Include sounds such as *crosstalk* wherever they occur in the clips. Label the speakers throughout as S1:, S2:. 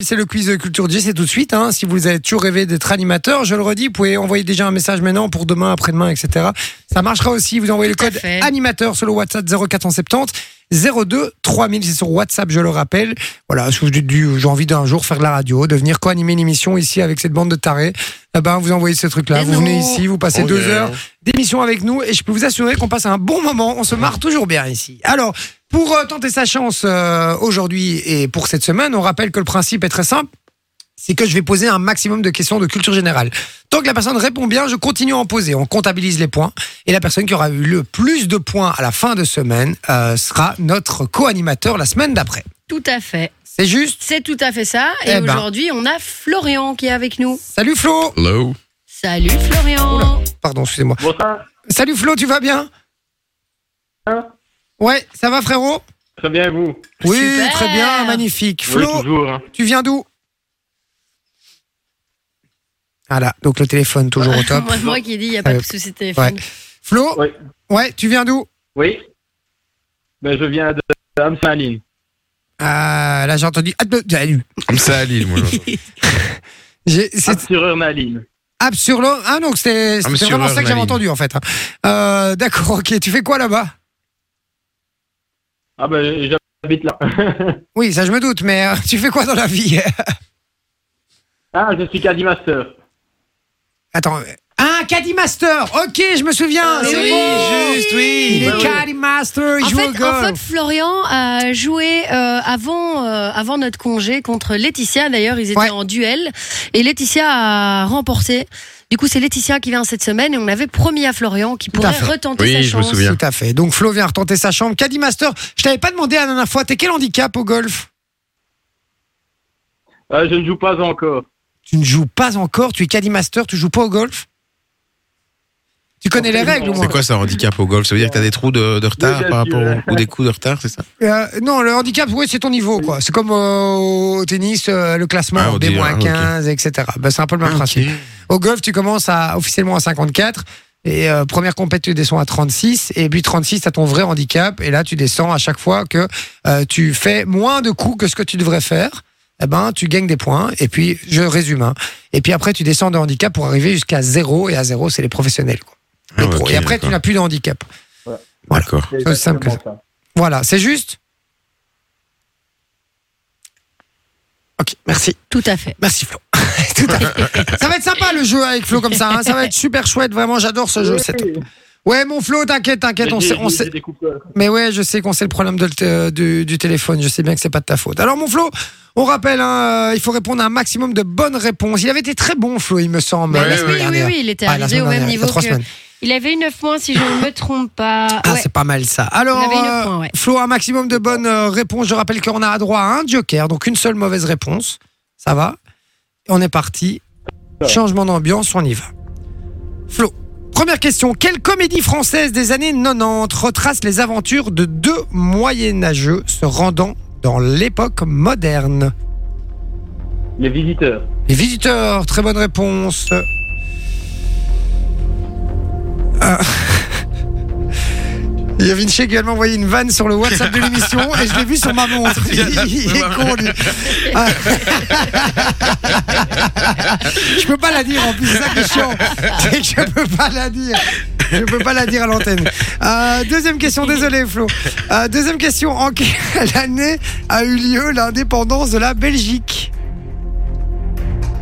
S1: C'est le quiz Culture G, c'est tout de suite. hein. Si vous avez toujours rêvé d'être animateur, je le redis, vous pouvez envoyer déjà un message maintenant pour demain, après-demain, etc. Ça marchera aussi. Vous envoyez le
S2: Tout à
S1: code
S2: fait.
S1: animateur sur le WhatsApp 0470 02 3000. C'est sur WhatsApp, je le rappelle. Voilà, si vous dites du- j'ai envie d'un jour faire de la radio, de venir co-animer une émission ici avec cette bande de tarés, eh ben, vous envoyez ce truc-là.
S2: Mais
S1: Vous
S2: non.
S1: venez ici, vous passez
S3: Oh
S1: deux
S3: yeah.
S1: heures d'émission avec nous et je peux vous assurer qu'on passe un bon moment. On se marre toujours bien ici. Alors, pour euh, tenter sa chance euh, aujourd'hui et pour cette semaine, on rappelle que le principe est très simple. C'est que je vais poser un maximum de questions de culture générale. Tant que la personne répond bien, je continue à en poser. On comptabilise les points. Et la personne qui aura eu le plus de points à la fin de semaine euh, sera notre co-animateur la semaine d'après.
S2: Tout à fait.
S1: C'est juste.
S2: C'est tout à fait ça. Et
S1: Eh ben.
S2: aujourd'hui, on a Florian qui est avec nous.
S1: Salut Flo
S3: Hello.
S2: Salut Florian.
S1: Pardon, excusez-moi.
S4: Bonsoir,
S1: Salut Flo, tu vas bien
S4: Hein
S1: Ouais, ça va frérot
S4: très bien et vous
S1: Oui,
S2: Super.
S1: très bien, magnifique.
S4: Oui,
S1: Flo,
S4: toujours. hein.
S1: Tu viens d'où Voilà, donc le téléphone toujours
S2: *laughs*
S1: au top. Euh,
S2: moi, moi qui dis, il n'y a pas de souci de téléphone.
S1: Flo
S4: Ouais.
S1: Ouais, tu viens d'où
S4: Oui ben, Je viens de Amsaline.
S1: Ah, Là, j'ai entendu. Ah, de- ah, lui.
S3: Comme ça à
S1: *laughs*
S3: Lille, moi. j'entends.
S1: J'ai- C'est
S4: Ah, Amsururnaline.
S1: absurdo. Ah, donc c'est
S3: Ah, mais
S1: c'était
S3: sur
S1: vraiment
S3: la-
S1: ça que
S3: la
S1: j'avais
S3: ligne.
S1: entendu en fait. hein. Euh, D'accord, ok. Tu fais quoi là-bas
S4: Ah ben j'habite là. *laughs*
S1: Oui, ça je me doute, mais euh, *laughs* tu fais quoi dans la vie *laughs*
S4: ah, je suis Caddy Master.
S1: Attends. Ah, Caddy Master Ok, je me souviens.
S2: Mais
S1: c'est
S2: oui,
S1: bon.
S3: Ah juste,
S1: Il
S3: oui.
S1: est
S4: Bah oui.
S1: Caddy Master, il
S2: En
S1: joue
S2: fait,
S1: au
S2: en fait,
S1: golf.
S2: Florian a joué euh, avant, euh, avant notre congé contre Laetitia. D'ailleurs, ils étaient
S1: Ouais.
S2: en duel et Laetitia a remporté. Du coup, c'est Laetitia qui vient cette semaine et on avait promis à Florian qu'il
S1: Tout à
S2: pourrait
S1: fait.
S2: retenter
S3: Oui,
S2: sa
S3: je me
S2: chance.
S3: souviens.
S1: Tout à fait. Donc Flo vient retenter sa chambre. Caddy Master, je t'avais pas demandé la dernière fois, t'es quel handicap au golf
S4: Euh, je ne joue pas encore.
S1: tu ne joues pas encore, tu es caddie master, tu joues pas au golf Tu connais les règles au moins
S3: C'est quoi ça, un handicap au golf Ça veut dire que t'as des trous de, de retard
S4: Déjà
S3: par rapport
S4: sûr.
S3: au- ou des coups de retard, c'est ça
S1: Euh, Non, le handicap, oui, c'est ton niveau. quoi. C'est comme euh, au tennis, euh, le classement
S3: Ah, on dit, ah, ok.
S1: B-15, etc. Ben, c'est un peu
S3: Ah,
S1: le même principe. Au golf, tu commences à, officiellement à 54. Et euh, première compète, tu descends à 36. Et puis 36, t'as ton vrai handicap. Et là, tu descends à chaque fois que euh, tu fais moins de coups que ce que tu devrais faire. Eh ben, tu gagnes des points. Et puis, je résume. hein. Et puis après, tu descends de handicap pour arriver jusqu'à 0. Et à 0, c'est les professionnels. Quoi. Les
S3: Ah,
S1: pros.
S3: ok,
S1: et après, tu
S3: d'accord.
S1: n'as plus de handicap. voilà.
S3: D'accord.
S4: C'est
S1: Ça, c'est simple que
S4: exactement ça.
S1: Voilà, c'est juste Ok, merci.
S2: Tout à fait.
S1: Merci Bah, Flo. *laughs* Tout à fait. ça va être sympa le jeu avec Flo comme ça. hein. Ça va être super chouette. Vraiment, j'adore ce jeu.
S4: Oui.
S1: c'est top. Ouais, mon Flo, t'inquiète, t'inquiète. On
S4: J'ai-
S1: sait, on
S4: j'ai-
S1: sait-
S4: j'ai des coupeurs.
S1: Mais ouais, je sais qu'on sait le problème de le t- euh, du, du téléphone. Je sais bien que c'est pas de ta faute. Alors, mon Flo, on rappelle, hein, euh, il faut répondre à un maximum de bonnes réponses. Il avait été très bon, Flo, il me semble.
S2: Mais
S3: Ouais,
S2: la
S3: ouais,
S2: semaine-
S3: ouais.
S2: oui, oui, oui, il était
S1: Ah, la
S2: arrivé
S1: semaine
S2: au même
S1: dernière, il y a
S2: niveau
S1: trois
S2: que.
S1: semaines.
S2: Il avait eu 9 points, si je ne me trompe pas.
S1: Ah,
S2: Ouais.
S1: c'est pas mal ça. Alors,
S2: avait neuf
S1: euh,
S2: points, ouais.
S1: Flo, un maximum de bonnes euh, réponses. Je rappelle qu'on a droit à un joker, donc une seule mauvaise réponse. Ça va On est parti.
S4: Ça va.
S1: Changement d'ambiance, on y va. Flo, première question. Quelle comédie française des années 90 retrace les aventures de deux moyenâgeux se rendant dans l'époque moderne
S4: Les visiteurs.
S1: Les visiteurs, très bonne réponse. Ah. *laughs* Il y a Vinci qui vient de m'envoyer une vanne sur le WhatsApp de l'émission et je l'ai vu sur ma montre. Il, est con, lui. Ah. je peux pas la dire en plus, c'est ça qui est chiant. C'est que Je peux pas la dire. Je peux pas la dire à l'antenne. Euh, deuxième question, désolé Flo. Euh, deuxième question, en quelle année a eu lieu l'indépendance de la Belgique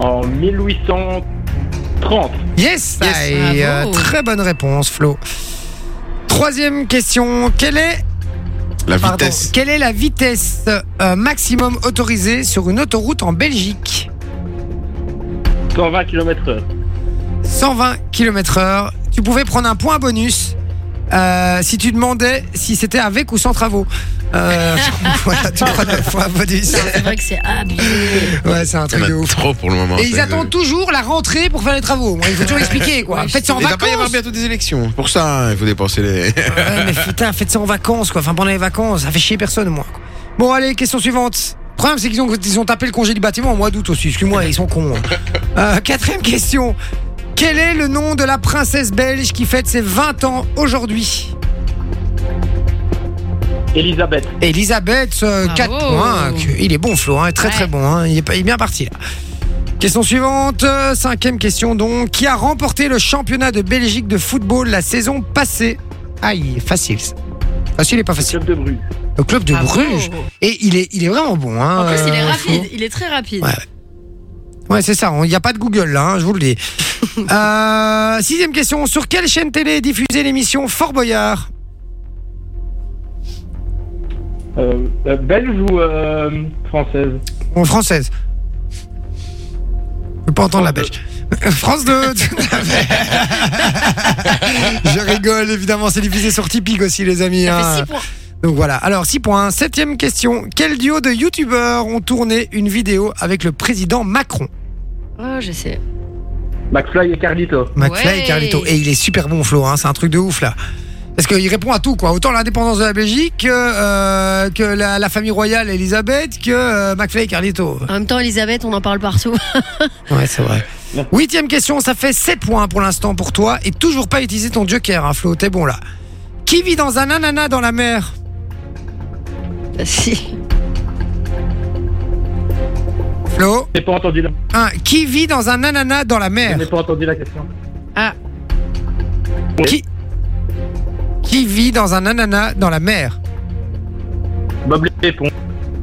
S4: En 1830.
S1: Yes,
S2: Yes.
S1: I, euh,
S2: Bravo.
S1: très bonne réponse, Flo. Troisième question. Quelle est,
S3: La
S1: pardon,
S3: vitesse.
S1: quelle est la vitesse euh, maximum autorisée sur une autoroute en Belgique
S4: 120 km heure.
S1: 120 km/h. Tu pouvais prendre un point bonus euh, si tu demandais si c'était avec ou sans travaux. Euh, *laughs* voilà, tu prends un point bonus.
S2: Non, C'est vrai que c'est
S1: Ah,
S2: abusé.
S1: Ouais, c'est un
S3: Il y
S1: truc de
S3: en a
S1: ouf.
S3: trop pour le moment.
S1: Et ils
S3: ça,
S1: attendent
S3: de-
S1: toujours la rentrée pour faire les travaux. Moi, Il faut toujours expliquer quoi. Faites ça en
S3: Il va pas y avoir
S1: vacances.
S3: bientôt des élections. Pour ça, hein, il faut dépenser les. *laughs*
S1: Ouais, mais putain, faites ça en vacances, quoi. Enfin, pendant les vacances, ça fait chier personne, moi. quoi. Bon, allez, question suivante. Le problème, c'est qu'ils ont, ils ont tapé le congé du bâtiment au mois d'août aussi. Excuse-moi, ils sont cons. hein. Euh, quatrième question. Quel est le nom de la princesse belge qui fête ses 20 ans aujourd'hui
S4: Elisabeth.
S1: Elisabeth, euh,
S2: Bravo.
S1: 4 points. Il est bon, Flo, hein, très
S2: Ouais.
S1: très bon. hein. il, est, pas- il est bien parti là. Question suivante, euh, cinquième question donc. Qui a remporté le championnat de Belgique de football la saison passée Aïe, facile. ça. Facile et pas facile.
S4: Club de Bruges.
S1: Le club de
S2: Bravo.
S1: Bruges. Et il est, il est vraiment bon. Hein,
S2: Ah En plus, il est
S1: euh, Flo.
S2: rapide. Il est très rapide.
S1: Ouais. Ouais, c'est ça. on- Il n'y a pas de Google là, hein, je vous le dis.
S2: *laughs*
S1: Euh, sixième question. Sur quelle chaîne télé est diffusée l'émission Fort Boyard
S4: Euh, euh, belge ou euh, française
S1: En française. Je peux pas entendre la belge. Euh, France 2 *laughs* Je rigole, évidemment, c'est diffusé sur Tipeee aussi, les amis.
S2: Ça
S1: hein.
S2: fait 6 points.
S1: Donc voilà, alors 6 points. Septième question. Quel duo de youtubeurs ont tourné une vidéo avec le président Macron
S2: Oh, je sais.
S4: McFly et Carlito.
S1: McFly et
S2: Ouais.
S1: Carlito. Et il est super bon, Flo, hein, c'est un truc de ouf là. Parce qu'il répond à tout, quoi. Autant l'indépendance de la Belgique que, euh, que la, la famille royale Elisabeth que euh, McFly et Carlito.
S2: En même temps, Elisabeth, on en parle partout. *laughs*
S1: Ouais, c'est vrai. Huitième question, ça fait 7 points pour l'instant pour toi et toujours pas utilisé ton joker, hein, Flo, t'es bon là. Qui vit dans un ananas dans la mer
S2: Bah, si.
S1: Flo
S4: J'ai pas entendu la,
S1: Un, Qui vit dans un ananas dans la
S4: je
S1: mer
S4: n'ai pas entendu la question.
S2: Ah,
S1: Qui vit dans un ananas dans la mer
S4: Bob Lépon.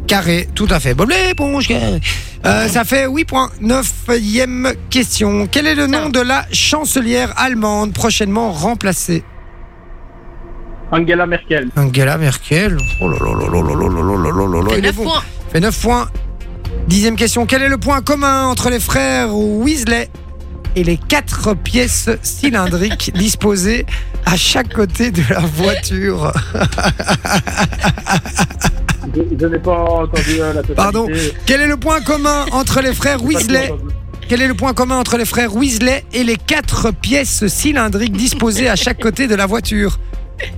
S1: Carré, tout à fait. Bob l'éponge carré. Euh, Ça fait 8 points. Neuvième e question. Quel est le nom de la chancelière allemande prochainement remplacée
S4: Angela Merkel.
S1: Angela Merkel. Oh là là là là là là là là là là là.
S2: fait
S1: Il est
S2: 9
S1: bon.
S2: points.
S1: fait 9 points. Dixième question. Quel est le point commun entre les frères Weasley et les quatre pièces cylindriques disposées à chaque côté de la voiture
S4: Je, je n'ai pas entendu euh, la totalité.
S1: Pardon.
S4: J'ai
S1: Quel est le point commun entre les frères
S4: pas
S1: Weasley
S4: tout entendu.
S1: Quel est le point commun entre les frères Weasley et les quatre pièces cylindriques disposées à chaque côté de la voiture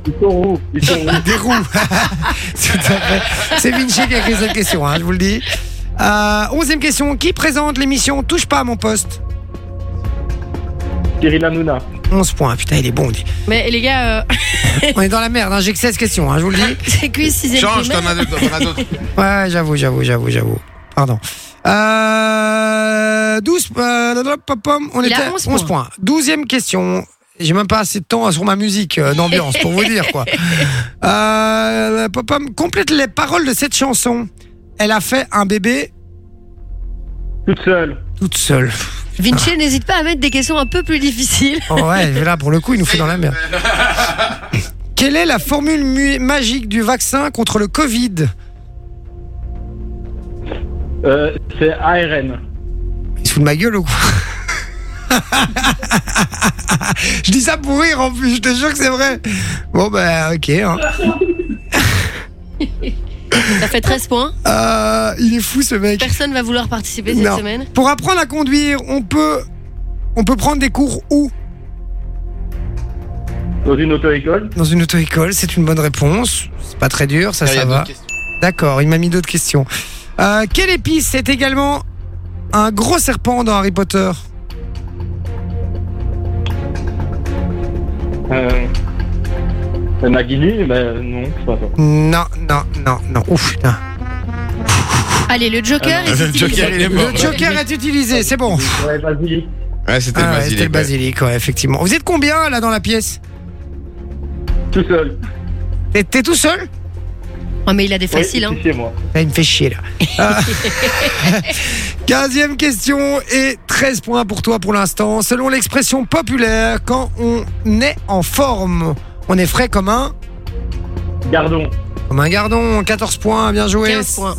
S4: Ils sont roux. Ils sont roux.
S1: Des roues. *laughs* Tout à fait. C'est Vinci qui a écrit cette question, hein, je vous le dis. Euh, onzième question. Qui présente l'émission Touche pas à mon poste
S4: Cyril Hanouna.
S1: 11 points. Putain, il est bon. lui.
S2: Mais les gars, euh, *laughs*
S1: On est dans la merde. hein, J'ai que 16 questions, hein, je vous le dis.
S2: c'est cuit 6
S3: Change, t'en as d'autres, t'en as d'autres.
S1: Ouais, ouais, j'avoue, j'avoue, j'avoue, j'avoue. Pardon. Euh, 12, euh, pom, pom, on
S2: Il
S1: était
S2: a
S1: à
S2: 11
S1: 11 points. 12e question. J'ai même pas assez de temps sur ma musique euh, d'ambiance pour vous dire
S2: *laughs*
S1: quoi. Euh, pom, pom, complète les paroles de cette chanson. Elle a fait un bébé
S4: Toute seule.
S1: toute seule.
S2: Vinci, n'hésite pas à mettre des questions un peu plus difficiles.
S1: Oh ouais, là pour le coup, il nous fout dans la merde. Quelle est la formule mu- magique du vaccin contre le Covid
S4: Euh, c'est ARN.
S1: Il se fout de ma gueule ou quoi Je dis ça pour rire en plus, je te jure que c'est vrai. Bon bah ok. hein.
S2: Ça fait 13 points.
S1: Euh, il est fou ce mec.
S2: Personne va vouloir participer cette
S1: Non.
S2: semaine.
S1: Pour apprendre à conduire, on peut, on peut prendre des cours où
S4: Dans une auto-école.
S1: Dans une auto-école, c'est une bonne réponse. C'est pas très dur, ça,
S3: Il Ah, y a
S1: ça
S3: d'autres
S1: va.
S3: questions.
S1: D'accord, il m'a mis d'autres questions. Euh, quelle épice est également un gros serpent dans Harry Potter
S4: Euh, Nagini, ben non, je sais pas. ça.
S1: Non, non, non, non. Ouf, putain.
S2: Allez, le Joker.
S3: Ah non,
S2: est
S3: le
S2: utilisé.
S3: Joker, il est mort.
S1: Le Joker est utilisé, c'est bon.
S4: Ouais, Basilic.
S3: Ouais, c'était
S1: Ah ouais,
S3: le
S1: c'était le
S3: basilic.
S1: basilic, ouais, effectivement. Vous êtes combien là dans la pièce
S4: Tout seul.
S1: T'es- T'es tout seul
S2: Oh, mais il a des
S4: Oui,
S2: faciles. hein.
S4: c'est chez moi.
S1: Là, Il me fait chier là. Ah. Quinzième question et 13 points pour toi pour l'instant. Selon l'expression populaire, quand on est en forme, on est frais comme un,
S4: Gardons.
S1: comme un gardon. 14 points, bien joué.
S2: 15 points.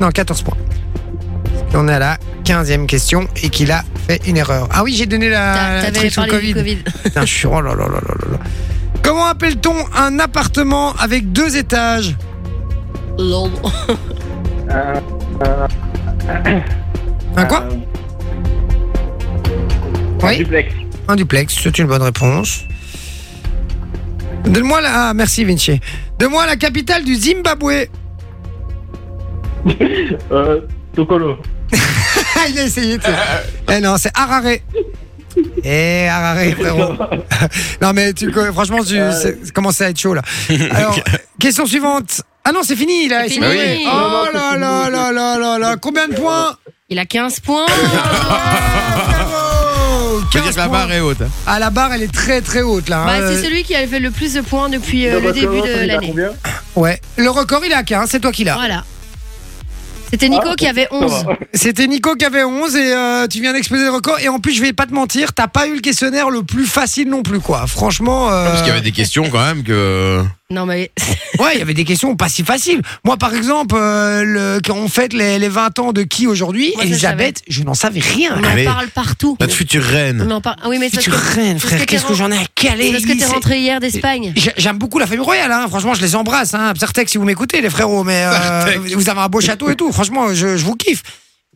S1: Non, 14 points. Et on est à la 15e question et qu'il a fait une erreur. Ah oui, j'ai donné la,
S2: T'as-
S1: la
S2: T'avais
S1: truc sur le
S2: parlé du
S1: Covid.
S2: Covid.
S1: Putain, je suis. Oh là là là là là là. Comment appelle-t-on un appartement avec deux étages
S2: Lol.
S4: Euh,
S1: Un quoi
S4: euh,
S1: Oui.
S4: Duplex.
S1: Euh, Un duplex, c'est une bonne réponse. Donne-moi la. Ah, merci Vinci. Donne-moi la capitale du Zimbabwe. *laughs*
S4: Euh, Tokolo. Euh,
S2: Euh,
S3: *laughs*
S1: Ah, il a essayé. tu sais. eh non, c'est Harare. Eh,
S3: *laughs*
S1: arrêt, frérot. Non, mais tu, franchement, tu,
S4: Ouais.
S1: c'est- commencé à être
S3: *laughs*
S1: chaud, là. Alors, question suivante. Ah non, c'est fini, là.
S2: C'est
S1: il s'est
S3: fini.
S1: gouré.
S2: Oui.
S4: Non, non,
S1: Oh
S4: c'est
S1: là
S4: fini.
S1: là là là là là. Combien de
S3: *laughs*
S1: points
S2: Il a 15 points. Bah,
S1: Bravo
S3: Je veux
S1: 15
S3: dire que la
S1: points.
S3: barre est haute. hein.
S1: Ah, la barre, elle est très très haute, là. hein.
S2: Bah, c'est celui qui a fait le plus de points depuis
S4: bah,
S2: euh, le début de l'année.
S1: Ouais. Le record, il est à 15, c'est toi qui l'as.
S2: Voilà. C'était Nico
S4: Ah,
S2: qui avait 11.
S1: C'était Nico qui avait 11 et euh, tu viens d'exploser le record. Et en plus, je vais pas te mentir, t'as pas eu le questionnaire le plus facile non plus, quoi. Franchement. euh,
S3: Parce qu'il y avait des questions quand même que.
S1: *laughs*
S2: Non, mais
S1: Ouais, il y avait des questions pas si faciles. Moi, par exemple, euh, le- quand on fête les, les 20 ans de qui aujourd'hui
S2: Moi, ça, je
S1: Elisabeth, je n'en savais rien.
S2: on
S3: Allez.
S2: en parle partout.
S3: Notre future reine.
S2: On en parle. Ah oui, mais c'est
S1: tu
S2: parce que-
S1: reine,
S2: parce
S1: frère,
S2: que
S1: qu'est-ce
S2: t'es
S1: que j'en ai à
S2: c'est
S1: caler
S2: parce que t'es
S1: c'est-
S2: rentré hier d'Espagne.
S1: J'ai- J'aime beaucoup la famille royale, hein. franchement, je les embrasse. Hein. Psartek, si vous m'écoutez, les frérots, mais euh,
S3: Psartek.
S1: vous avez un beau château et tout. Franchement, je, je vous kiffe.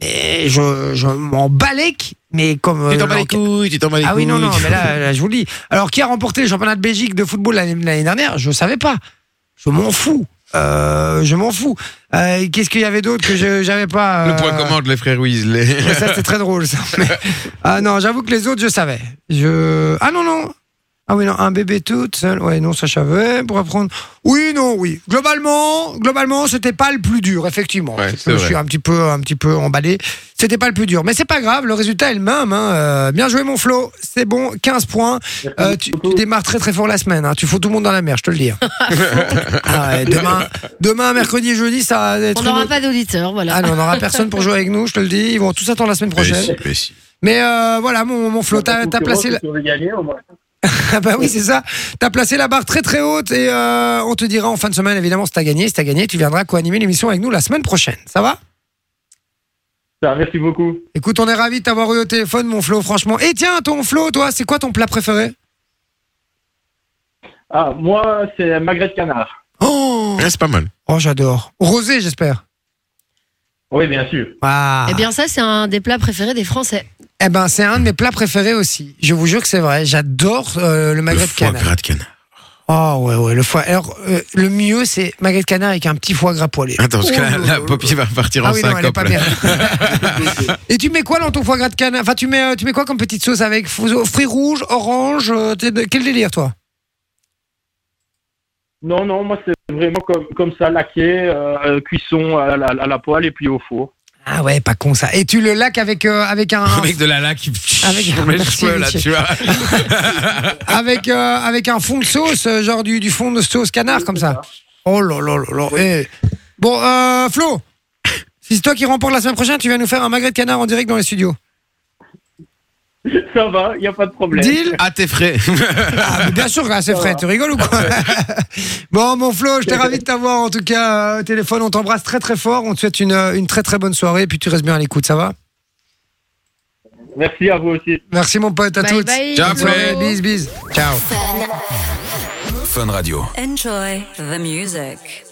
S1: Mais je, je m'en balèque, mais comme. euh,
S3: Tu t'en bats les
S1: l'enquête-
S3: couilles, tu t'en bats les
S1: Ah oui,
S3: couilles.
S1: non, non, mais là, là, je vous le dis. Alors, qui a remporté le championnat de Belgique de football l'année l'année dernière Je ne savais pas. Je m'en fous. Euh, je m'en fous. Euh, Qu'est-ce qu'il y avait d'autre que je n'avais pas
S3: *laughs* Le
S1: euh,
S3: point commande, *laughs* les frères Weasley.
S1: mais Ça, c'était très drôle, ça. Mais- Ah non, j'avoue que les autres, je savais. Je... Ah non, non. Ah oui, non, un bébé tout seul. Ouais, non, ça, je savais. Pour apprendre. Oui, non, oui. Globalement, globalement, c'était pas le plus dur, effectivement.
S3: Ouais,
S1: je
S3: c'est
S1: me
S3: vrai.
S1: suis un petit peu, un petit peu emballé. C'était pas le plus dur. Mais c'est pas grave, le résultat est le même. hein. Euh, bien joué, mon Flo. C'est bon, 15 points. Euh, tu, tu démarres très très fort la semaine. hein. Tu fous tout le monde dans la mer, je te le dis. hein. Ah ouais, demain, demain, mercredi, jeudi, ça va être
S2: On
S1: une
S2: n'aura
S1: autre-
S2: pas d'auditeur, voilà.
S1: ah non, on n'aura personne pour jouer avec nous, je te le dis. Ils vont tous attendre la semaine
S3: Mais
S1: prochaine.
S3: si, mais si.
S1: Mais euh, voilà, mon, mon Flo, t'as t'as placé, la... *laughs* Ah bah oui, c'est ça. T'as placé la barre très très haute et euh, on te dira en fin de semaine, évidemment, si t'as gagné. Si t'as gagné, tu viendras co-animer l'émission avec nous la semaine prochaine. Ça va
S4: Merci beaucoup.
S1: Écoute, on est ravis de t'avoir eu au téléphone, mon Flo, franchement. Et tiens, ton Flo, toi, c'est quoi ton plat préféré
S4: Ah, moi, c'est magret de canard.
S1: Oh,
S3: Ouais, c'est pas mal.
S1: oh j'adore. Rosé, j'espère.
S4: Oui, bien sûr.
S1: Ah.
S2: Eh bien, ça, c'est un des plats préférés des Français.
S1: Eh ben, c'est un de mes plats préférés aussi. Je vous jure que c'est vrai. J'adore euh, le
S3: Le
S1: magret de
S3: foie
S1: canard.
S3: gras de canard.
S1: Oh ouais ouais le foie. Alors euh, le mieux c'est magret de canard avec un petit foie gras poêlé.
S3: Attends, parce que
S1: Oh
S3: là,
S1: là
S3: la
S1: là
S3: Poppy va partir
S1: Ah
S3: en
S1: oui non elle est
S3: syncope.
S1: pas
S3: là. *laughs*
S1: bien. Et tu mets quoi dans ton foie gras de canard Enfin tu mets euh, tu mets quoi comme petite sauce avec Fou- fruits rouges, orange euh, t'es de- Quel délire toi
S4: Non, non, moi c'est vraiment comme, comme ça, laqué, euh, cuisson à la, à la poêle et puis au four.
S1: Ah ouais pas con ça. Et tu le laques avec euh, avec
S3: *laughs*
S1: un
S3: Le mec de la lac, il
S1: Ah, Avec-
S3: je mets
S1: *laughs*
S3: le
S1: Merci,
S3: cheveu là,
S1: Michel.
S3: tu vois.
S1: avec euh, avec un fond de sauce euh, genre du du fond de sauce canard comme ça. Oh là là là là. Eh. Bon euh, Flo, si c'est toi qui remporte la semaine prochaine, tu vas nous faire un magret de canard en direct dans les studios.
S4: Ça va, il n'y a pas de problème.
S1: Deal
S3: À tes frais.
S1: Ah, mais bien sûr, là, c'est
S4: Ça
S1: frais.
S4: va.
S1: Tu rigoles ou quoi Bon, mon Flo, je t'ai ravi de t'avoir en tout cas euh, au téléphone. On t'embrasse très très fort. On te souhaite une, euh, une très très bonne soirée. Et puis tu restes bien à l'écoute, ça va
S4: Merci à vous aussi.
S1: Merci, mon pote. À
S2: Bye
S1: toutes.
S2: bye.
S3: Ciao,
S1: Bonne soirée.
S2: Flo.
S1: Bis, bis. Ciao.
S5: Enjoy the music.